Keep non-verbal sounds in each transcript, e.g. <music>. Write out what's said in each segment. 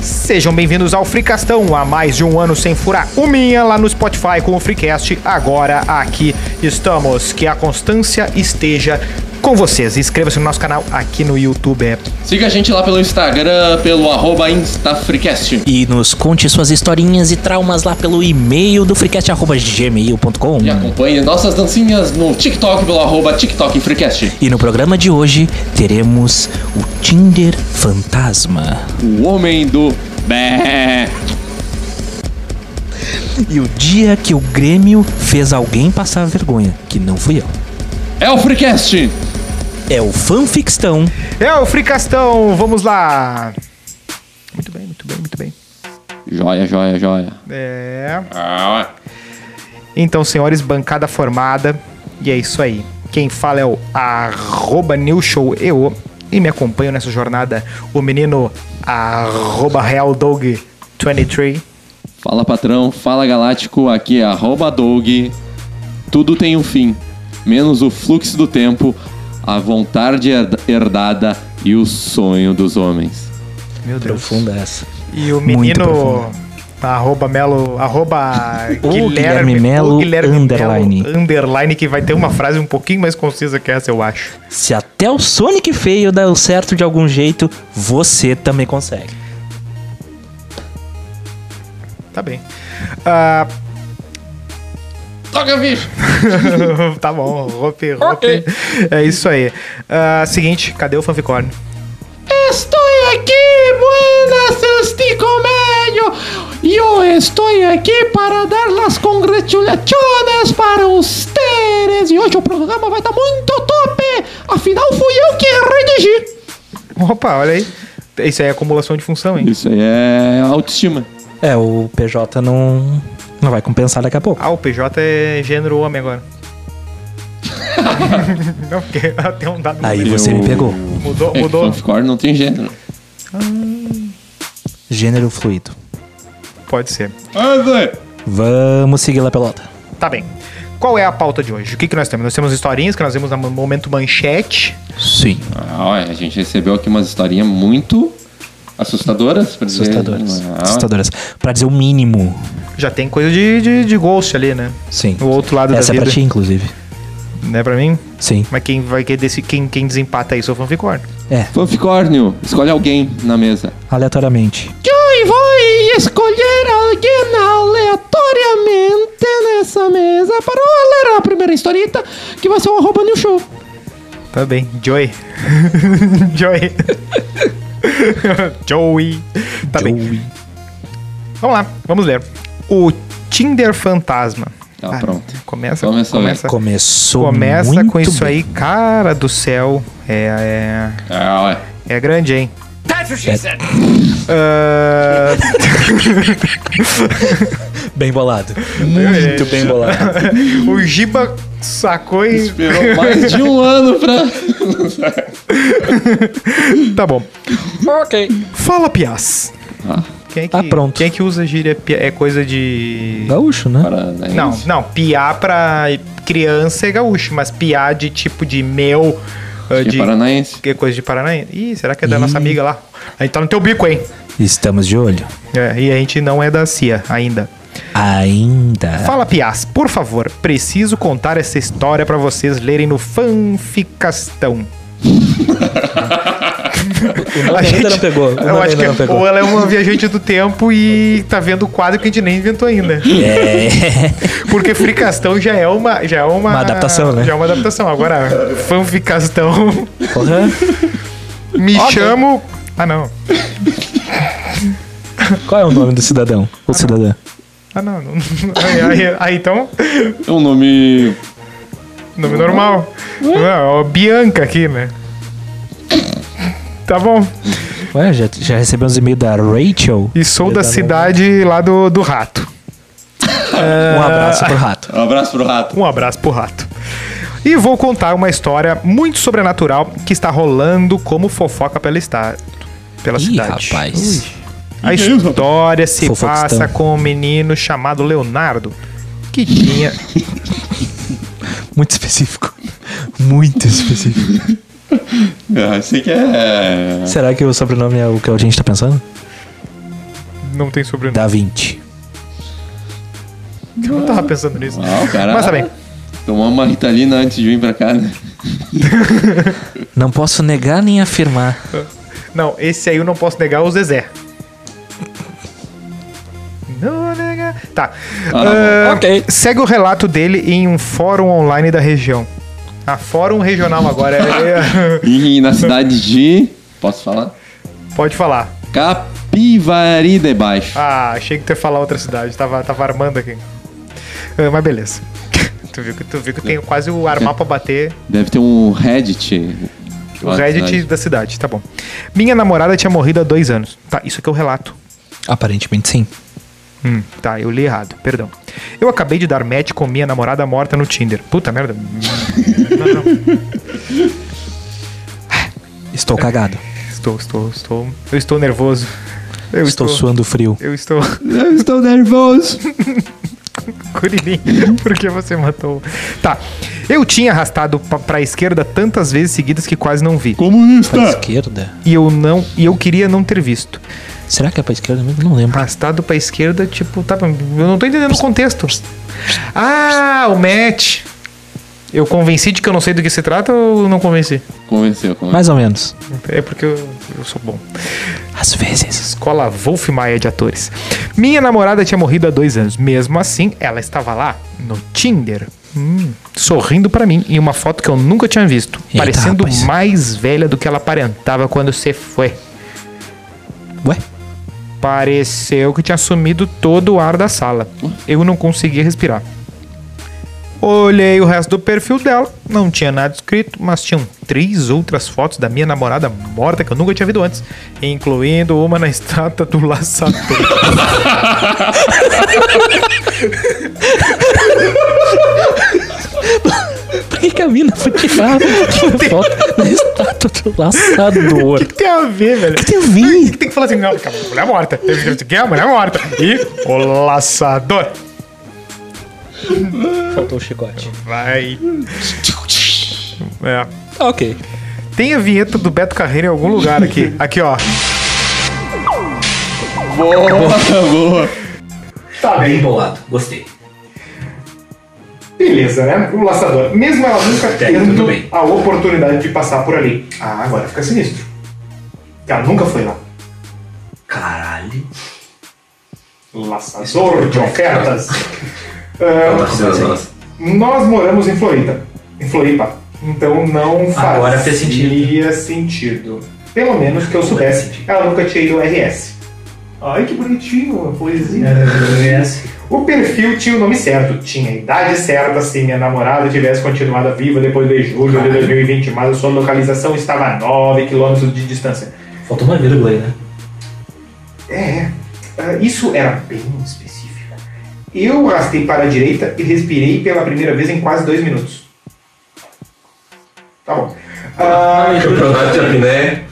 Sejam bem-vindos ao Fricastão, há mais de um ano sem furar o minha lá no Spotify com o Freecast. Agora aqui estamos. Que a constância esteja com vocês. Inscreva-se no nosso canal aqui no YouTube. É Siga a gente lá pelo Instagram, pelo arroba InstaFreecast. E nos conte suas historinhas e traumas lá pelo e-mail do freecast.gmail.com. E acompanhe nossas dancinhas no TikTok, pelo arroba TikTok Freecast. E no programa de hoje teremos o Tinder Fantasma. O homem do... Bé. E o dia que o Grêmio fez alguém passar vergonha, que não fui eu. É o Freecast! É o fanfictão. É o Fricastão, vamos lá. Muito bem, muito bem, muito bem. Joia, joia, joia. É. Ah, Então, senhores, bancada formada. E é isso aí. Quem fala é o arroba newshoweo. E me acompanho nessa jornada o menino arroba realdog23. Fala patrão, fala galáctico, aqui é arroba Doug. Tudo tem um fim, menos o fluxo do tempo, a vontade her- herdada e o sonho dos homens. Meu Deus. Profunda essa. E o Muito menino profundo. arroba Melo, <laughs> arroba Guilherme o Melo, underline. Melo, underline, que vai ter uma frase um pouquinho mais concisa que essa, eu acho. Se até o Sonic feio deu certo de algum jeito, você também consegue. Tá bem. Ah, Toca, bicho! <laughs> tá bom, Rope, Rope. É isso aí. Ah, seguinte, cadê o fanficórnio? Estou aqui, buenas, este comeño. Eu estou aqui para dar as congratulações para vocês. E hoje o programa vai estar muito top. Afinal, fui eu que redigi. Opa, olha aí. Isso aí é acumulação de função, hein? Isso aí é autoestima. É, o PJ não, não vai compensar daqui a pouco. Ah, o PJ é gênero homem agora. <laughs> Não, porque <laughs> até um dado Aí momento você Eu- me pegou. mudou. É, mudou. fanficore não tem gênero. Gênero fluido. Pode ser. Vamos seguir lá, pelota. Tá bem. Qual é a pauta de hoje? O que, que nós temos? Nós temos historinhas que nós vimos no momento manchete. Sim. Ah, olha, a gente recebeu aqui umas historinhas muito assustadoras. pra dizer- Assustadoras. Ah, Assustadoras. Pra dizer o mínimo. Já tem coisa de, de, de ghost ali, né? Sim. O outro lado Essa é da pra vida. ti, inclusive. Não é pra mim? Sim. Mas quem vai quem, desse, quem, quem desempata isso é o fanficorn. É, Fanficórnio, escolhe alguém na mesa. aleatoriamente. Eu vou escolher alguém aleatoriamente nessa mesa para ler a primeira historita que vai ser o arroba new show. Tá bem. <laughs> Joey. Joey. <laughs> Joey. Tá bem. Joey. Vamos lá, vamos ler. O Tinder Fantasma. Tá, pronto. Começa, Começou, começa, Começou Tá. começa com muito isso bem. aí, cara do céu. É, Ah, ué. é, é grande, hein? Ah, É, bem bolado. Muito bem bolado. o Giba sacou e. Esperou mais de um ano pra. Tá bom. ok. Fala, Pias. Ah, Quem é que, Ah, pronto. Quem é que usa gíria? pia- É coisa de. Gaúcho, né? para, né? Não, não, piá pra criança é gaúcho, mas piá de tipo de meu, ah, De de paranaense. que é coisa de Paranaense. Ih, será que é da Ih. nossa amiga lá? A gente tá no teu bico, hein? Estamos de olho. É, e a gente não é da CIA ainda. Ainda. Fala, Piás, por favor, preciso contar essa história pra vocês lerem no Fanficastão. O nome A ainda gente- não pegou. O Eu nome acho ainda que não pegou. ou ela é uma viajante do tempo e tá vendo o quadro que a gente nem inventou ainda. É. Porque Fricastão já é uma. Já é uma, Uma adaptação, né? Já é uma adaptação. Agora, fanficastão. Porra. Me chamo. Ah, não. Qual é o nome do cidadão? O cidadã. Ah, não. não. Aí, aí- aí, então. É um nome. Nome normal. Não, ó, Bianca aqui, né? Tá bom. Ué, já, já recebemos e-mail da Rachel. E sou da Cidadã. cidade lá do, do rato. Um abraço pro rato. Um abraço pro rato. Um abraço pro rato. E vou contar uma história muito sobrenatural que está rolando como fofoca pela, esta... pela Ih, cidade. rapaz. A história se Fofoquistão. passa com um menino chamado Leonardo, que tinha. Muito específico. Muito específico. Ah, Esse aqui é. é Será que o sobrenome é o que a gente tá pensando? não tem sobrenome. Dá 20. Eu não tava pensando nisso. Ah, o cara Mas tá bem. tomou uma ritalina antes de vir pra cá, né? Não posso negar nem afirmar. Não, esse aí eu não posso negar é o Zezé. Não nega. Tá. Ah, não, Ah, ok. Segue o relato dele em um fórum online da região. Ah, fórum regional agora. é- <laughs> E na cidade de... Posso falar? Pode falar. Capivari de Baixo. Ah, achei que tu ia falar outra cidade. Tava, tava armando aqui. Ah, mas beleza. <laughs> tu, viu que, tu viu que eu tenho quase o armar pra bater Deve ter um Reddit. os Reddit é da cidade. Tá bom. Minha namorada tinha morrido há dois anos. Tá, isso aqui é o relato. Aparentemente sim. Hum, tá, eu li errado, perdão. Eu acabei de dar match com minha namorada morta no Tinder. Puta merda. Não, não. Estou cagado. Estou, estou, estou. Eu estou nervoso. Eu Estou suando frio. Eu estou. <laughs> Eu estou nervoso. Curirim, por que você matou? Tá. Eu tinha arrastado pa- pra esquerda tantas vezes seguidas que quase não vi. Pra Comunista. esquerda? E eu não. E eu queria não ter visto. Será que é pra esquerda mesmo? Não lembro. Arrastado pra esquerda, tipo, tá. Eu não tô entendendo o contexto. Ah, o match. Eu convenci de que eu não sei do que se trata ou não convenci? Convenceu, convenceu. Mais ou menos. É porque eu, eu sou bom. Às vezes. Escola Wolf Maia de atores. Minha namorada tinha morrido há dois anos. Mesmo assim, ela estava lá no Tinder, hum, sorrindo pra mim em uma foto que eu nunca tinha visto, Eita, parecendo rapaz. mais velha do que ela aparentava quando você foi. Ué? Pareceu que tinha sumido todo o ar da sala. Eu não conseguia respirar. Olhei o resto do perfil dela, não tinha nada escrito, mas tinham três outras fotos da minha namorada morta que eu nunca tinha visto antes, incluindo uma na <laughs> estátua do laçador. Por que, que a mina foi <laughs> tirar uma foto da estátua do O laçador? que, que tem a ver, velho? Que eu vi? Tem que falar assim, não, que é uma mulher morta. Tem que dizer que é uma mulher morta. E o laçador Faltou o chicote. vai. É. Tá, Ok. Tem a vinheta do Beto Carreiro em algum lugar aqui. Aqui, ó. é <laughs> Boa, boa. Tá bem bolado, gostei. Beleza, né? O laçador. Mesmo ela nunca tudo bem. a oportunidade de passar por ali. Ah, agora fica sinistro. Ela nunca foi lá. Caralho. Laçador de ofertas. <laughs> Ah, Nossa, Nós moramos em Florida. Em Floripa. Então não fazia Agora fez sentido. sentido. Pelo menos que eu soubesse. Ela nunca tinha ido ao RS. Ai, que bonitinho, uma poesia. O perfil tinha o nome certo, tinha a idade certa se minha namorada tivesse continuado viva depois de julho de 2020, mas a sua localização estava a 9 quilômetros de distância. Faltou uma vírgula aí, né? É, ah, isso era bem específico. Eu arrastei para a direita e respirei pela primeira vez em quase dois minutos. Tá bom. Ah, Campeonato de apneia.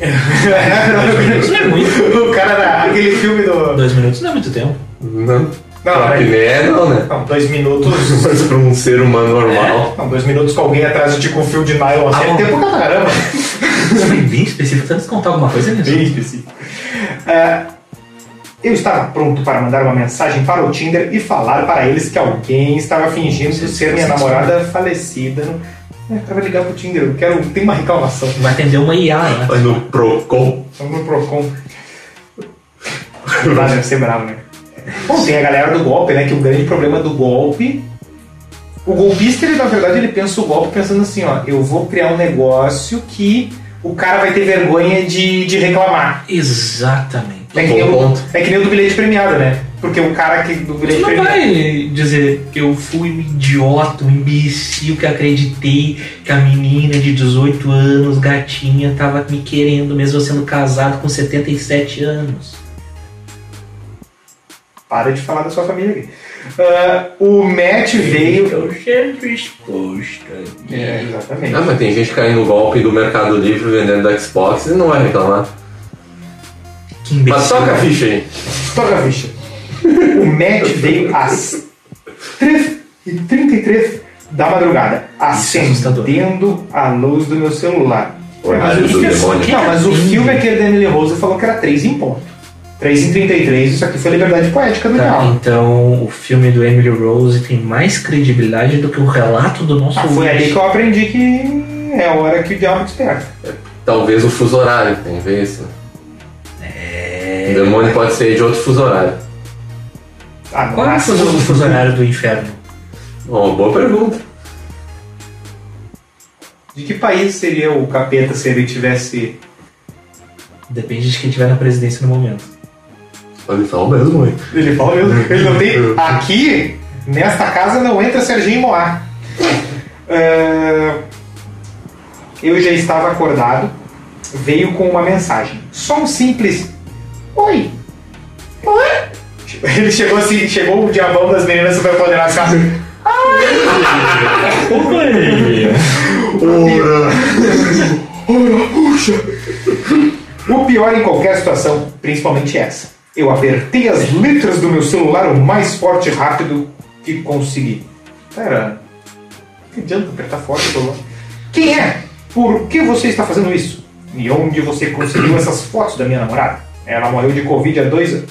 Não é muito. o cara da, aquele filme do. Dois minutos não é muito tempo. Não. Não, Pra peraí. apneia, não, né? <laughs> Não, dois minutos. Mas pra um ser humano normal. Não, dois minutos com alguém atrás de ti com um fio de nylon assim. Ah, é tempo pra caramba. Isso foi bem específico. Tanto contar alguma coisa nisso. Bem específico. Ah, eu estava pronto para mandar uma mensagem para o Tinder e falar para eles que alguém estava fingindo ser minha namorada falecida. É, cara vai ligar pro Tinder, eu quero. Tem uma reclamação. Vai atender uma IA, né? Mas no Procon. Vamos no Procon. Lá deve ser bravo, né? Bom, tem a galera do golpe, né? Que o grande problema do golpe. O golpista, ele, na verdade, ele pensa o golpe pensando assim, ó, eu vou criar um negócio que o cara vai ter vergonha de, de reclamar. Exatamente. É que, nem Bom o, ponto. é que nem o do bilhete premiado, né? Porque o cara que do Tu bilhete não premiado. vai dizer que eu fui um idiota, um imbecil que acreditei que a menina de 18 anos, gatinha, tava me querendo, mesmo eu sendo casado com 77 anos. Para de falar da sua família aqui. Ah, o Matt veio. Eu sendo exposto. É, Ah, exatamente. mas tem gente caindo no golpe do Mercado Livre vendendo da Xbox e não vai reclamar. Que Mas imbecil. toca a ficha aí. Toca a ficha. O Matt veio às 3h33 da madrugada, Isso é assustador. acendendo a luz do meu celular. Horário do Mas o- demônio. Não, mas o é é Quem filme aquele da Emily Rose falou que era 3 em ponto. 3 em 33, isso aqui foi liberdade poética do Tá, é Real. então o filme do Emily Rose tem mais credibilidade do que o relato do nosso Ah, Foi ali que ouvinte. eu aprendi que é a hora que o diabo desperta. Talvez o fuso horário tem a ver isso. né? O demônio pode ser de outro fuso horário. Ah, não Qual é o nasce- fuso- o fuso horário do inferno? Uma boa pergunta. De que país seria o capeta se ele tivesse. Depende de quem tiver na presidência no momento. Olha só o mesmo, hein? Ele fala mesmo. Ele não tem. Aqui, nesta casa, não entra Serginho Moá. É, Eu já estava acordado, veio com uma mensagem. Só um simples. Oi! Oi! <laughs> Ele chegou assim, chegou o diabão das meninas superpoderosas. assim, O pior em qualquer situação, principalmente essa. Eu apertei as letras do meu celular o mais forte e rápido que consegui. Pera. Não adianta apertar forte o celular. Quem é? Por que você está fazendo isso? E onde você conseguiu essas fotos da minha namorada? Ela morreu de Covid há dois anos.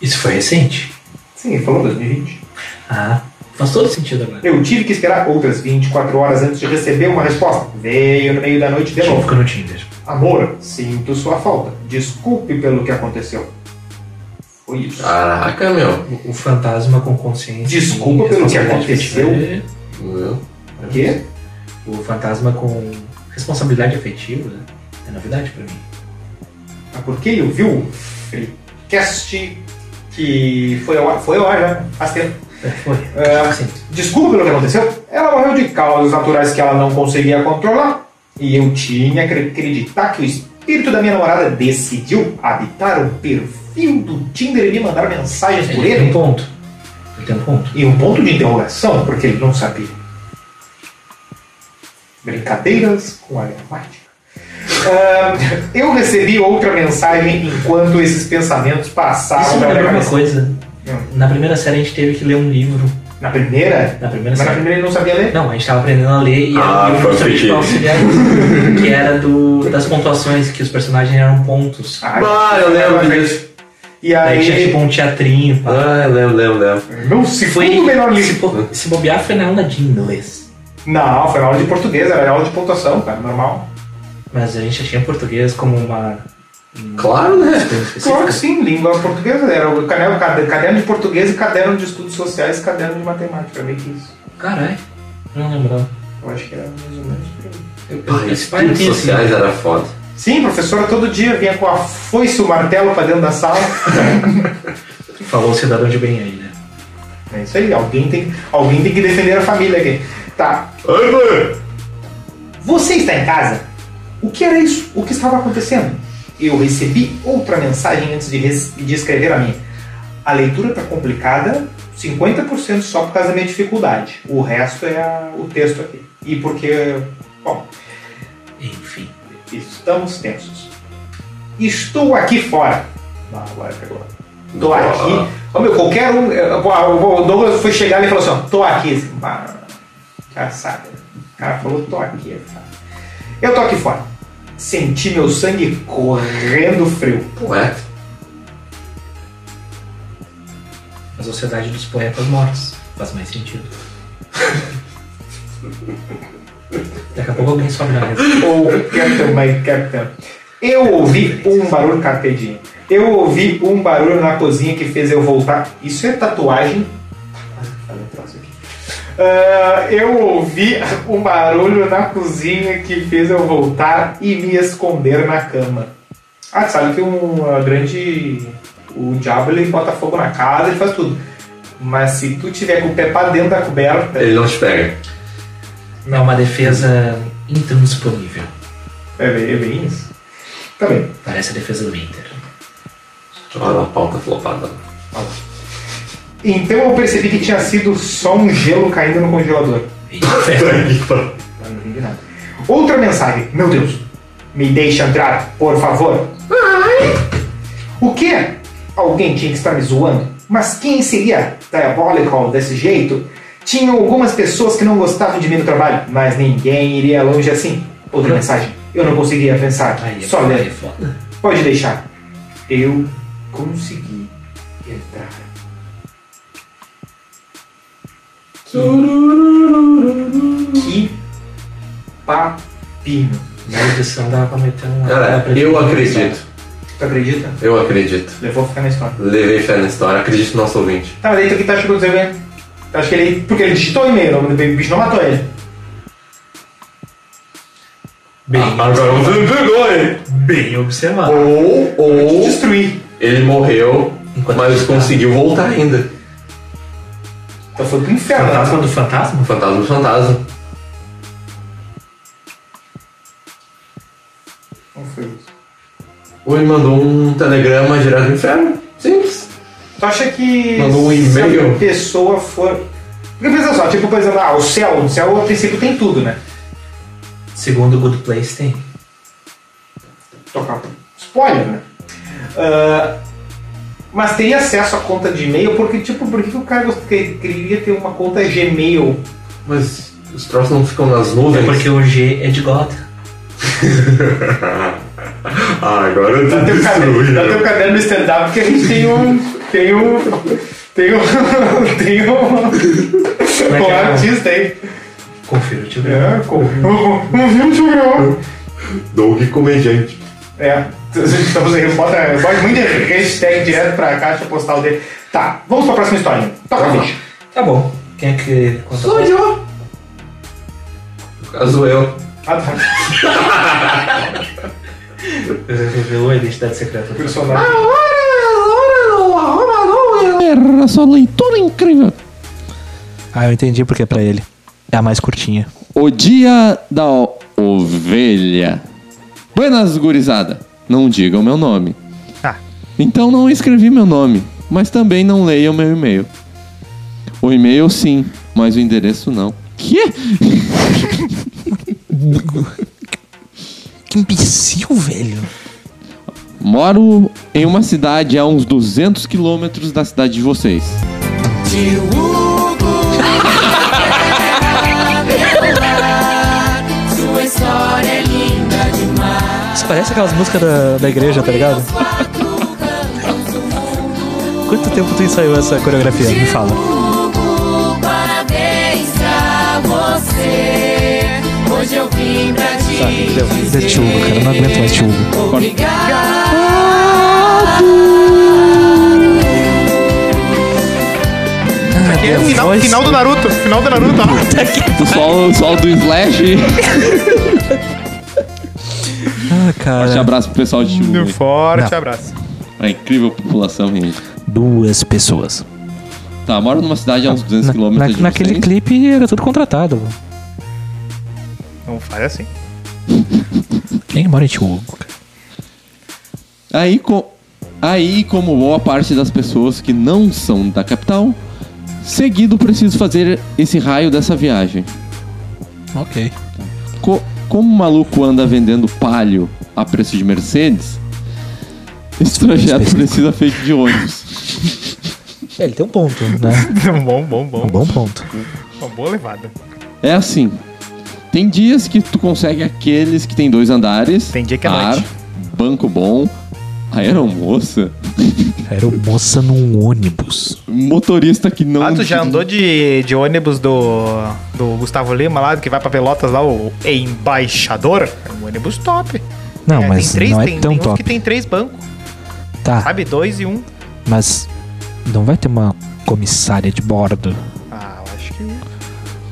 Isso foi recente? Sim, falou 2020. Ah, faz todo sentido agora. Eu tive que esperar outras 24 horas antes de receber uma resposta. Veio no meio da noite de Tipo, novo. fica no Tinder. Amor, sinto sua falta. Desculpe pelo que aconteceu. Foi isso. Ah, Caraca, meu. O, o fantasma com consciência. Desculpa e pelo que responsabilidade aconteceu. afetiva. Meu. O quê? O fantasma com responsabilidade afetiva é novidade pra mim. Ah, porque eu vi o Freecast que foi ao ar, foi ao ar já, faz tempo. É, foi. É. Acho que sim. Desculpa pelo que aconteceu. Ela morreu de causas naturais que ela não conseguia controlar. E eu tinha que acreditar que o espírito da minha namorada decidiu habitar o perfil do Tinder e me mandar mensagens por Ele tem um ele. ponto. Ele tem um ponto. E um ponto de interrogação, porque ele não sabia. Brincadeiras com a gramática. Ah, eu recebi outra mensagem enquanto esses pensamentos passavam Isso me pela minha lembrou uma cabeça. coisa. Hum. Na primeira série a gente teve que ler um livro. Na primeira? Na primeira Mas na série. primeira ele não sabia ler? Não, a gente tava aprendendo a ler e era Ah, um livro foi justamente pra auxiliar, que era do, das pontuações, que os personagens eram pontos. Ah, Ah, eu lembro disso. E Aí tinha tipo aí. um teatrinho. pá. Ah, eu lembro, lembro, lembro. Meu se foi o melhor se, livro. bo- se bobear foi na aula de inglês. Não, foi aula de português, era aula de pontuação, cara, normal. Mas a gente já tinha português como uma. Claro, né? coisa específica. Claro que sim, língua portuguesa. Era o caderno, cade- caderno de português e caderno de estudos sociais e caderno de matemática. Era meio que isso. Caralho, não lembrava. Eu acho que era mais ou menos por aí. Pai, é Esse pai não estudos tinha esse sociais era foda. Sim, professora todo dia vinha com a foice e o martelo pra dentro da sala. Falou o cidadão de bem aí, né? É isso aí, alguém tem, alguém tem que defender a família aqui. Tá, Ai, mãe! Você está em casa? O que era isso? O que estava acontecendo? Eu recebi outra mensagem antes de, res- de escrever a minha. A leitura está complicada, 50% só por causa da minha dificuldade. O resto é a- o texto aqui. E porque, bom, Enfim. estamos tensos. Estou aqui fora. Não, agora é pegou. Tô aqui. Ô, meu, qualquer um. eh, O o Douglas foi chegar ali e falou assim: ó, tô aqui. Assim, pá, Caçada. né?" O cara falou: tô aqui. é fato. Eu tô aqui fora. Senti meu sangue correndo frio. Poeta. A sociedade dos poetas mortos. Faz mais sentido. <laughs> Daqui a pouco alguém sobe na mesa. Ou Captain My Captain. Eu ouvi um barulho carpedinho. Eu ouvi um barulho na cozinha que fez eu voltar. Isso é tatuagem. Falei um troço aqui. Ah, eu ouvi um barulho na cozinha que fez eu voltar e me esconder na cama. Ah, sabe que uma grande. O diabo ele bota fogo na casa e faz tudo. Mas se tu tiver com o pé pra dentro da coberta, Ele não te pega. É uma defesa intransponível. é bem, é bem isso. Tá bem. Parece a defesa do Inter. Olha a pauta flopada. Então eu percebi que tinha sido só um gelo caindo no congelador. É, Inferno. Eu não entendi nada. Outra mensagem. Meu Deus. Me deixa entrar, por favor. O quê? Alguém tinha que estar me zoando. Mas quem seria diabolical desse jeito? Tinham algumas pessoas que não gostavam de mim no trabalho, mas ninguém iria longe assim. né? Outra mensagem. Eu não conseguia pensar. Aí é Só foda, aí é ler. foda. Pode deixar. Eu consegui entrar. Que papinho. Na edição dava pra meter um. dava Cara, pra eu meter um- acredito. Tu acredita? Eu acredito. Levou a ficar na história. Levei fé na história. Acredito no nosso ouvinte. Tá, mas aí tu que tá achando que você Acho que ele. Porque ele digitou o e-mail, o bicho não matou ele. Bem, Ah, Agora você me pegou, hein? bem Tá. observado. Ou, ou Destruir. ele morreu, Enquanto mas ele tá. conseguiu voltar ainda. Então foi pro inferno. Fantasma do fantasma? Fantasma do fantasma. Não foi isso. Ou ele mandou um telegrama direto do inferno. Simples. Tu acha que. Mandou um e-mail? Se a pessoa for. Porque pensa só, tipo, por exemplo, ah, o céu, o céu a princípio tem tudo, né? Segundo o Good Place tem. Tocar um spoiler, né? Ah, mas teria acesso à conta de e-mail, porque, tipo, por que que o cara gost- que- queria ter uma conta Gmail? Mas os troços não ficam nas É nuvens. porque o G é de God. <laughs> Ah, agora eu né? tô Dá teu caderno, dá teu destruindo. caderno no stand-up que a gente tem um. Tem um. Tem um. <laughs> Tem um. é que um é? artista aí. Confira o tio É, com. Um vídeo grau. Doug comediante. É, estamos aí, bota, bota muito hashtag direto pra caixa postal dele. Tá, vamos pra próxima história. Toca a ficha. Tá bom. Quem é que conta? Sou eu. No caso eu. Ah, tá. Revelou a identidade secreta. Personagem. É, Era sua leitura incrível. Ah, eu entendi porque pra ele. É a mais curtinha. O dia da o- ovelha. Buenas, gurizada. Não digam meu nome. Ah. Então não escrevi meu nome, mas também não leiam meu e-mail. O e-mail sim, mas o endereço não. Que? <laughs> Que imbecil, velho. Moro em uma cidade a uns 200 quilômetros da cidade de vocês. Isso parece aquelas músicas da, da igreja, tá ligado? Quanto tempo tu ensaiou essa coreografia? Me fala. Parabéns pra você. Hoje eu vim pra te Tá, deu. É Tiúba, cara. Eu não aguento mais Tiúba. Ah, É o final, final do Naruto. Final do Naruto. ó. O sol, o sol do Slash. Ah, cara. Te abraço pro pessoal de Um Chihuahua. forte abraço. A incrível população, gente. Duas pessoas. Tá, moro numa cidade a uns 200 Na- na- quilômetros de naquele vocês. clipe era tudo contratado. Não faz assim. <laughs> Quem mora em Tiúba? Aí, co- aí, como boa parte das pessoas que não são da capital, seguido preciso fazer esse raio dessa viagem. Ok. Co- como o maluco anda vendendo palho a preço de Mercedes, esse trajeto Específico. precisa feito de ônibus. É, ele tem um ponto, né? bom, bom, bom. <laughs> Um bom ponto. Uma boa levada. É assim. Tem dias que tu consegue aqueles que tem dois andares. Tem dia que é noite. Banco bom, aeromoça, Era moça num ônibus. motorista que não. Ah, tu já andou de, de ônibus do, do Gustavo Lima lá, que vai pra Pelotas lá, o embaixador? É um ônibus top. Não, É, mas tem três, não é tem, tão tem uns top. que tem três bancos, Tá, sabe? Dois e um. mas não vai ter uma comissária de bordo, Ah, eu acho que.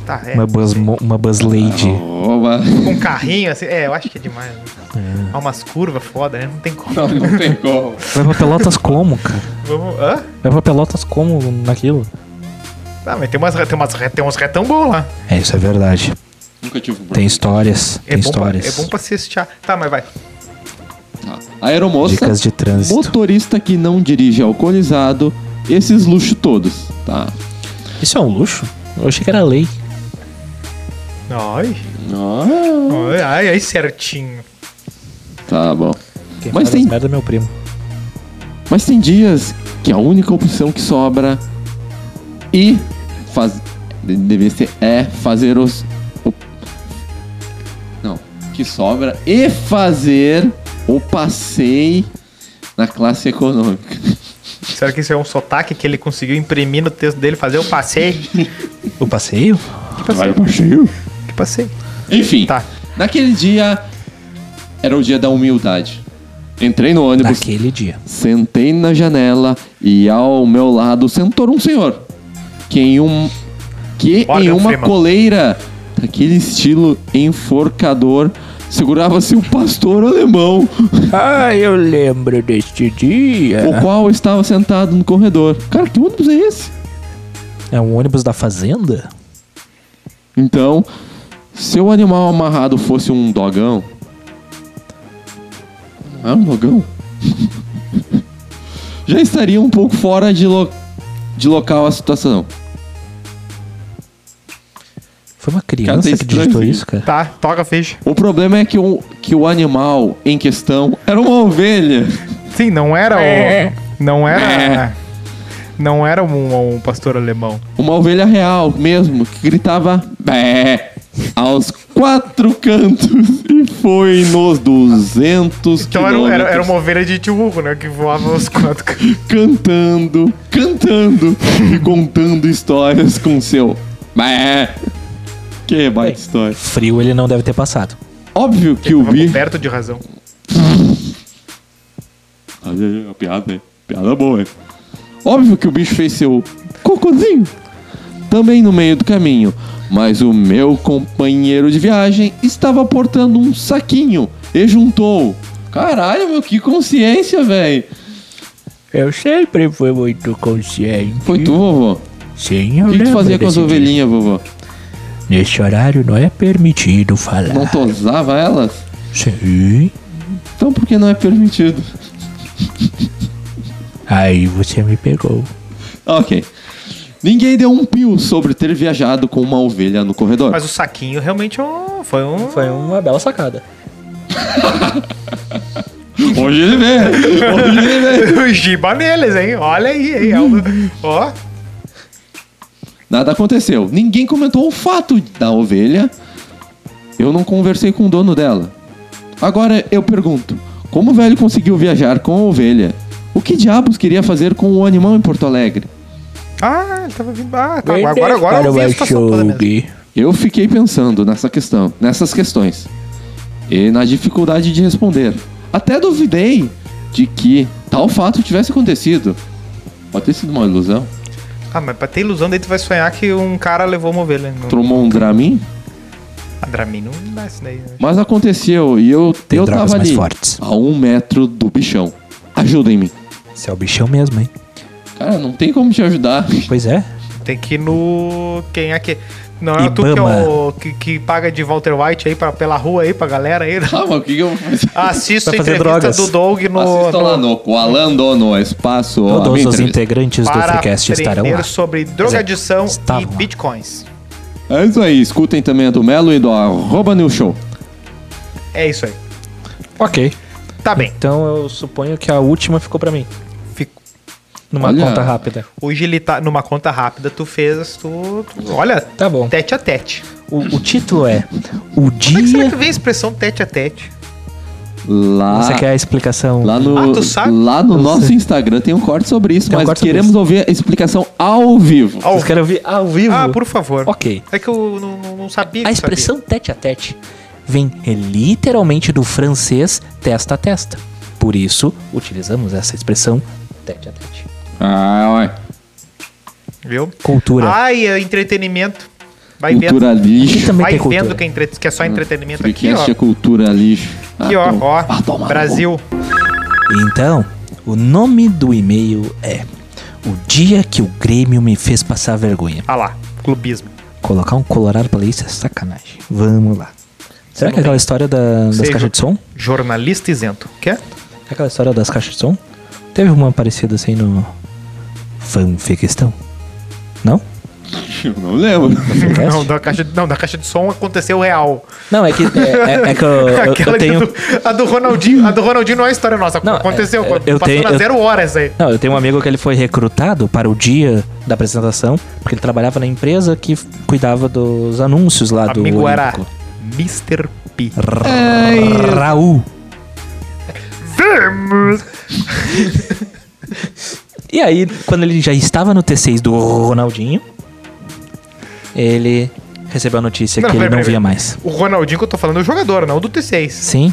Tá, é. uma, buzz, mo- uma buzz lady. Oba. Com um carrinho, assim. É, eu acho que é demais. Né? É. Há umas curvas foda, né? Não tem como. Não, não tem como. Vai pra Pelotas como, cara? Vamos. Hã? Vai pra Pelotas como naquilo? Ah, mas tem, umas, re- tem, umas, re- tem uns retão bons lá. É, isso é verdade. Nunca tive um Tem histórias, É bom, tem pra, histórias. é bom pra se estiar. Tá, mas vai. Tá. Aeromoça, Dicas de trânsito. motorista que não dirige alcoolizado, esses luxos todos, tá? Isso é um luxo? Eu achei que era lei. Ai. Ah, Ai, ai, ai, certinho. tá bom. Quem Mas faz tem- as merda é meu primo. Mas tem dias que a única opção que sobra e faz de- deveria ser é fazer os o- não que sobra e fazer o passeio na classe econômica. Será que isso é um sotaque que ele conseguiu imprimir no texto dele, fazer o passeio? O passeio? Vai pra cheio. que passeio? Enfim, Tá. naquele dia era o dia da humildade. Entrei no ônibus, Naquele dia. sentei na janela e ao meu lado sentou um senhor que em um que em Morgan uma Freeman. coleira daquele estilo enforcador segurava-se um pastor alemão Ah, eu lembro deste o <laughs> dia. qual estava sentado no corredor. Cara, que ônibus é esse? É um ônibus da fazenda? Então, se o animal amarrado fosse um dogão. Não é um dogão? <laughs> Já estaria um pouco fora de, lo- de local a situação. Foi uma Cara, tá criança que estranho, digitou filho. isso, cara. Tá, toca a ficha. O problema é que o, que o animal em questão era uma ovelha. Sim, não era o. Não era. Não era um, um pastor alemão. Uma ovelha real mesmo, que gritava bé aos quatro cantos e foi nos 200 Então era, era, era quilômetros. uma ovelha de Tiburgo, né? Que voava os quatro. cantos. cantando, cantando e contando histórias com seu. Bé. Que baita história. Frio ele não deve ter passado. Óbvio que o Tava bicho. coberto de razão. Olha aí, a é piada, hein? Piada boa, hein? Óbvio que o bicho fez seu cocôzinho também no meio do caminho, mas o meu companheiro de viagem estava portando um saquinho e juntou. Caralho, meu, que consciência, velho. Eu sempre fui muito consciente. Foi tu, vovô? Sim, eu O que, que tu lembro fazia com as desse dia. ovelhinhas, vovô? Neste horário não é permitido falar. Não tosava elas? Sim. Então por que não é permitido? <laughs> Aí você me pegou. Ok. Ninguém deu um pio sobre ter viajado com uma ovelha no corredor. Mas o saquinho realmente é um- foi um. Foi uma bela sacada. Hoje ele veio. Hoje ele <laughs> veio. Giba neles, hein? Olha aí, hein? É um- Ó. Nada aconteceu. Ninguém comentou o fato da ovelha. Eu não conversei com o dono dela. Agora eu pergunto: como o velho conseguiu viajar com a ovelha? O que diabos queria fazer com o animal em Porto Alegre? Ah, ele tava vindo. Ah, tá. Agora, agora eu vi a situação toda mesmo. Eu fiquei pensando nessa questão, nessas questões e na dificuldade de responder. Até duvidei de que tal fato tivesse acontecido. Pode ter sido uma ilusão. Ah, mas pra ter ilusão, daí tu vai sonhar que um cara levou uma ovelha. Não- Tromou um Dramin, A Dramin não dá isso daí. né? mas aconteceu e eu Tem eu drogas tava mais ali fortes. a um metro do bichão. Ajudem-me. Você é o bichão mesmo, hein? Cara, não tem como te ajudar. <laughs> Pois é. Tem que ir no. Quem é que. Não é tu que, é Ibama. o- que, que paga de Walter White aí pra, pela rua aí pra galera <laughs> aí. Ah, mas o que, que eu vou fazer? Assista a Vai fazer entrevista drogas. do Doug no. Assistam lá no- no Coalando no Espaço. Todos a os minha entrevista. integrantes do Para Freecast estarão aprender lá. é sobre drogadição e estavam lá. bitcoins. É isso aí. Escutem também a do Melo e do Arroba New Show. É isso aí. Ok. Tá bem. Então eu suponho que a última ficou pra mim. Fico- Numa Olha. conta rápida. Hoje ele tá numa conta rápida, tu fez, tu. tu- olha, Tá bom. tete a tete. O, o título é Como O é que será Dia. que vem a expressão tete a tete? Lá, Você quer a explicação? lá no, Ah, tu sabe? lá no Eu nosso sei. Instagram tem um corte sobre isso, Tem um mas corte sobre queremos isso. ouvir a explicação ao vivo. Ao- Vocês querem ouvir ao vivo? Ah, por favor. Uhum. Ok. É que eu não, não- não sabia A que sabia. expressão tete a tete vem literalmente do francês testa a testa. Por isso, utilizamos essa expressão tete a tete. Ah, ué. Viu? Cultura. Ai, é entretenimento. Vai vendo. Cultura Aqui lixo. também Vai tem cultura. vendo que é, entre- que é só entretenimento aqui, ó. Freecast é cultura lixo. Aqui, Ah, ó, tom- ó. ah, tomar no Brasil. Então, o nome do e-mail é O dia que o Grêmio me fez passar vergonha. Ah lá, clubismo. Colocar um colorado pra ler isso é sacanagem. Vamos lá. Será que é aquela história da- das Seja- caixas de som? Jornalista isento. Quer? É aquela história das caixas de som? Teve uma parecida assim no fanficistão? Não? <laughs> cu. Eu não lembro. Não, da caixa, de- não, da caixa de som aconteceu real. Não, é que, é, é- é que eu, eu- eu <laughs> Aquela que tenho... do- a do Ronaldinho. A do Ronaldinho não é história nossa. Não, aconteceu. é- é- eu passou tenho- na eu- zero horas aí. Não, eu tenho um amigo que ele foi recrutado para o dia da apresentação, porque ele trabalhava na empresa que f- cuidava dos anúncios lá do Amigo era Olímpico. Mr. P. Raul. Vamos! E aí, quando ele já estava no T6 do Ronaldinho, ele recebeu a notícia que ele peraí, não peraí. via mais. O Ronaldinho que eu tô falando é o jogador, não o do T6. Sim.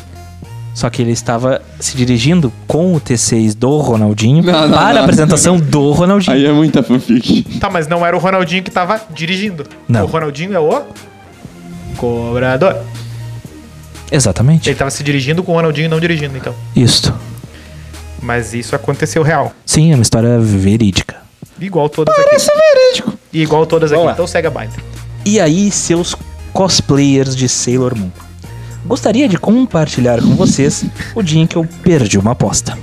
Só que ele estava se dirigindo com o T6 do Ronaldinho Não, não, para não. a apresentação do Ronaldinho. Aí é muita fanfic. Tá, mas não era o Ronaldinho que tava dirigindo. Não. O Ronaldinho é o cobrador. Exatamente. Ele tava se dirigindo com o Ronaldinho e não dirigindo, então. Isso. Mas isso aconteceu real. Sim, é uma história verídica. Igual todas aqui. Isso é verídico. E Igual todas aqui. Vamos lá. Então segue a baita. E aí, seus cosplayers de Sailor Moon? Gostaria de compartilhar com vocês o dia em que eu perdi uma aposta.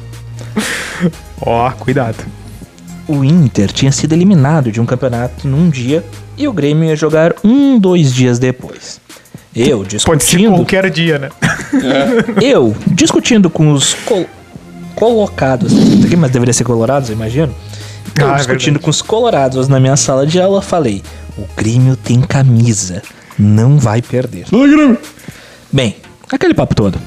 Ó, cuidado. O Inter tinha sido eliminado de um campeonato num dia e o Grêmio ia jogar um, dois dias depois. Eu Pode ser discutindo, qualquer dia, né? eu discutindo com os col- colocados, Isso aqui, mas deveria ser colorados, eu imagino. Eu Ah, é discutindo verdade. com os colorados na minha sala de aula, falei: o Grêmio tem camisa, não vai perder. Vai, Grêmio. Bem, aquele papo todo.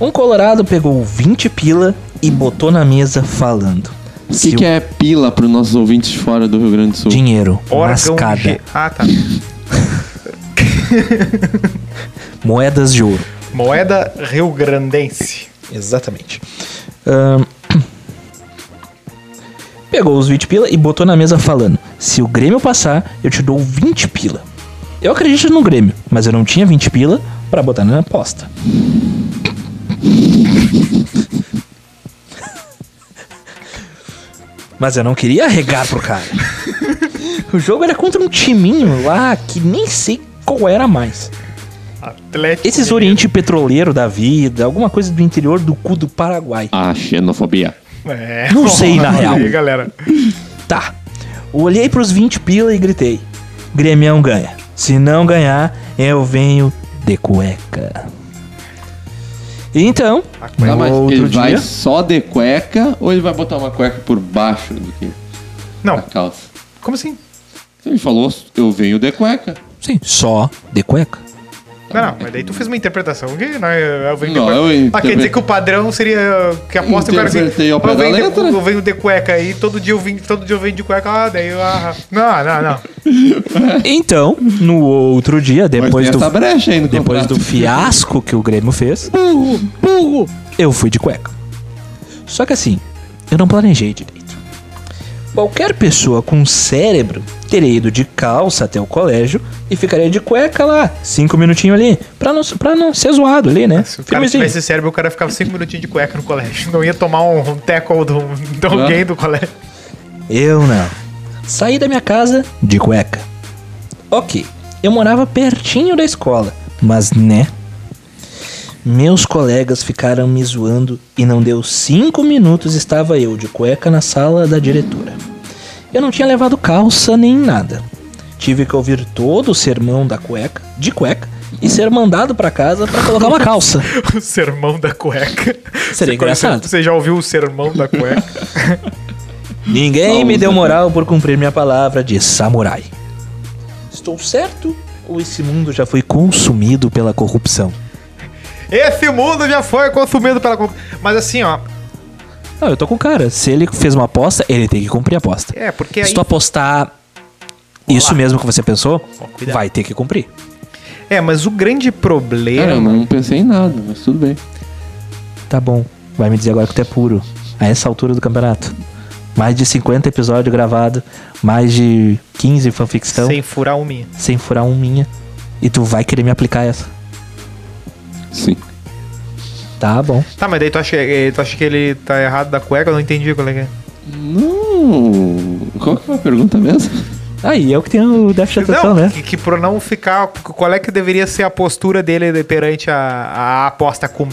Um colorado pegou 20 pila e botou na mesa falando. O que, "Se que é pila para os nossos ouvintes de fora do Rio Grande do Sul? Dinheiro, Órgão mascada, G. Ah, tá. moedas de ouro. Moeda Rio Grandense. Exatamente. Ahn, <clears throat> pegou os 20 pila e botou na mesa falando: Se o Grêmio passar, eu te dou 20 pila. Eu acredito no Grêmio, mas eu não tinha 20 pila pra botar na aposta. <laughs> Mas eu não queria arregar pro cara. O jogo era contra um timinho lá que nem sei qual era mais. Atlético. Esses Oriente Petroleiro da vida, alguma coisa do interior do cu do Paraguai. A Ah, xenofobia. É. Não sei, na Olha real. Aí, galera. Tá. Olhei pros 20 pila e gritei: Gremião ganha. Se não ganhar, eu venho de cueca. Então, Tá, mas outro ele dia. vai só de cueca ou ele vai botar uma cueca por baixo do que a Não, calça? como assim? Você me falou, eu venho de cueca. Sim, só de <laughs> cueca. Não, não, mas daí tu fez uma interpretação que não, eu, eu venho Não, de cueca. eu Ah, quer dizer interpre- que o padrão seria que aposta que o cara assim, Interpretei ao pé eu da venho, de, letra. cu- eu venho de cueca e todo dia eu vim, todo dia eu venho de cueca, ah, daí eu, ah, não, não, não. Então, no outro dia, depois Mas tem do, essa brecha aí no depois contrato. do fiasco que o Grêmio fez, eu fui de cueca. Só que assim, eu não planejei direito. Qualquer pessoa com cérebro teria ido de calça até o colégio e ficaria de cueca lá, cinco minutinhos ali, pra não, pra não ser zoado ali, né? É, Se o cara Filmezinho. tivesse cérebro, o cara ficava cinco minutinhos de cueca no colégio. Não ia tomar um, um tackle de um- de alguém do colégio. Eu não. Saí da minha casa de cueca. Ok, eu morava pertinho da escola, mas né? Meus colegas ficaram me zoando e não deu cinco minutos estava eu de cueca na sala da diretora. Eu não tinha levado calça nem nada. Tive que ouvir todo o sermão da cueca, de cueca, e ser mandado pra casa pra colocar uma calça. O sermão da cueca. Seria engraçado. Você já ouviu o sermão da cueca? <laughs> Ninguém Paulo, me deu né? moral por cumprir minha palavra de samurai. Estou certo ou esse mundo já foi consumido pela corrupção? Esse mundo já foi consumido pela. cu- Mas assim, ó. Não, eu tô com o cara. Se ele fez uma aposta, ele tem que cumprir a aposta. É, porque aí. Se tu apostar isso mesmo que você pensou, cuidado. vai ter que cumprir. É, mas o grande Cara, eu problema. não pensei em nada, mas tudo bem. Tá bom. Vai me dizer agora que tu é puro. A essa altura do campeonato. Mais de 50 episódios gravados, mais de 15 fanficção, Sem furar um minha. sem furar um minha. E tu vai querer me aplicar essa. Sim. Tá bom. Tá, mas daí tu acha, eh, tu acha que ele tá errado da cueca? Eu não entendi qual é que é. Não. Qual que é a pergunta mesmo? Aí é o que tem o déficit de atenção, não, né? que, que pra não ficar. Qual é que deveria ser a postura dele de- perante a, a aposta? Com,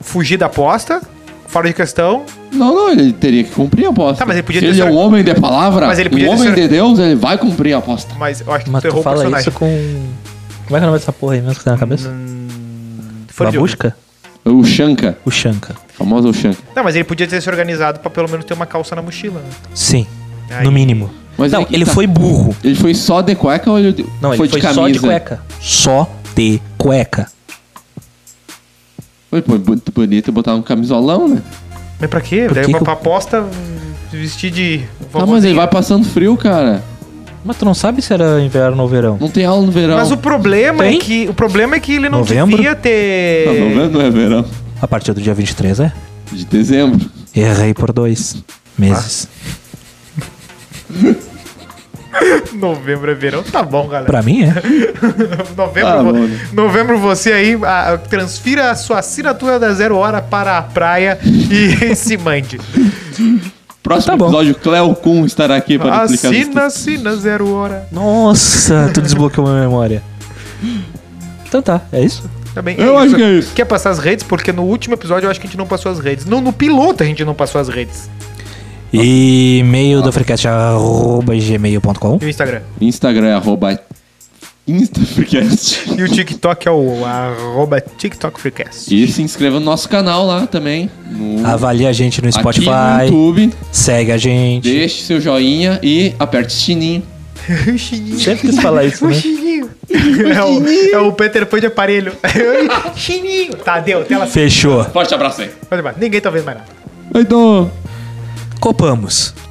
fugir da aposta? Fora de questão? Não, não, ele teria que cumprir a aposta. Tá, mas ele podia Se ter ele é ser- um homem de palavra, Mas ele podia um ter homem ser- de Deus, ele vai cumprir a aposta. Mas eu acho que Mas tu tu errou o fala personagem. isso com. Como é que é o nome dessa porra aí mesmo que tá na cabeça? Fora de jogo. Babusca? O Shanka, O Shanka. o famoso Shanka. Não, mas ele podia ter se organizado pra pelo menos ter uma calça na mochila. né? Sim. Aí- No mínimo. Mas não, aí que ele tá. foi burro. Ele foi só de cueca ou ele Não, ele foi só de cueca. Só de cueca. Foi bonito botar um né? camisolão, né? Mas pra quê? Por Daí que pra, que eu- pra aposta. vestir de Ah, mas ele vai passando frio, cara. Mas tu não sabe se era inverno ou verão. Não tem aula no verão. Mas o problema é Tem? que o problema é que ele não Novembro? devia ter Não, novembro não é verão. A partir do dia 23, é? De dezembro. Errei por dois meses. novembro é verão, tá bom, galera. Pra mim, é. <laughs> Novembro, Ah, vo- mano. novembro você aí ah, transfira a sua assinatura da Zero Hora para a praia e <laughs> se <laughs> mande. Próximo Tá bom. episódio, Cleo Kuhn estará aqui para explicar isso. Assina, assina Zero Hora. Nossa, tu desbloqueou minha memória. Então tá, é isso? Tá bem, Eu acho que é isso. Quer passar as redes? Porque no último episódio eu acho que a gente não passou as redes. Não, no piloto a gente não passou as redes. E e-mail do freecast.gmail.com E o Instagram. Instagram é arroba é InstaFreecast. E o TikTok é o arroba TikTok Freecast. E se inscreva no nosso canal lá também. No, Avalie a gente no Aqui Spotify. no YouTube. Segue a gente. Deixe seu joinha e aperte o sininho. <laughs> O Chininho. Sempre quis falar isso, O né? Chininho. <laughs> É o, é o Peter Pan de <laughs> aparelho. Chininho. Tá, deu. Tela Fechou. Forte abraço aí. Pode mais. Ninguém tá vendo mais nada. Então... Copamos.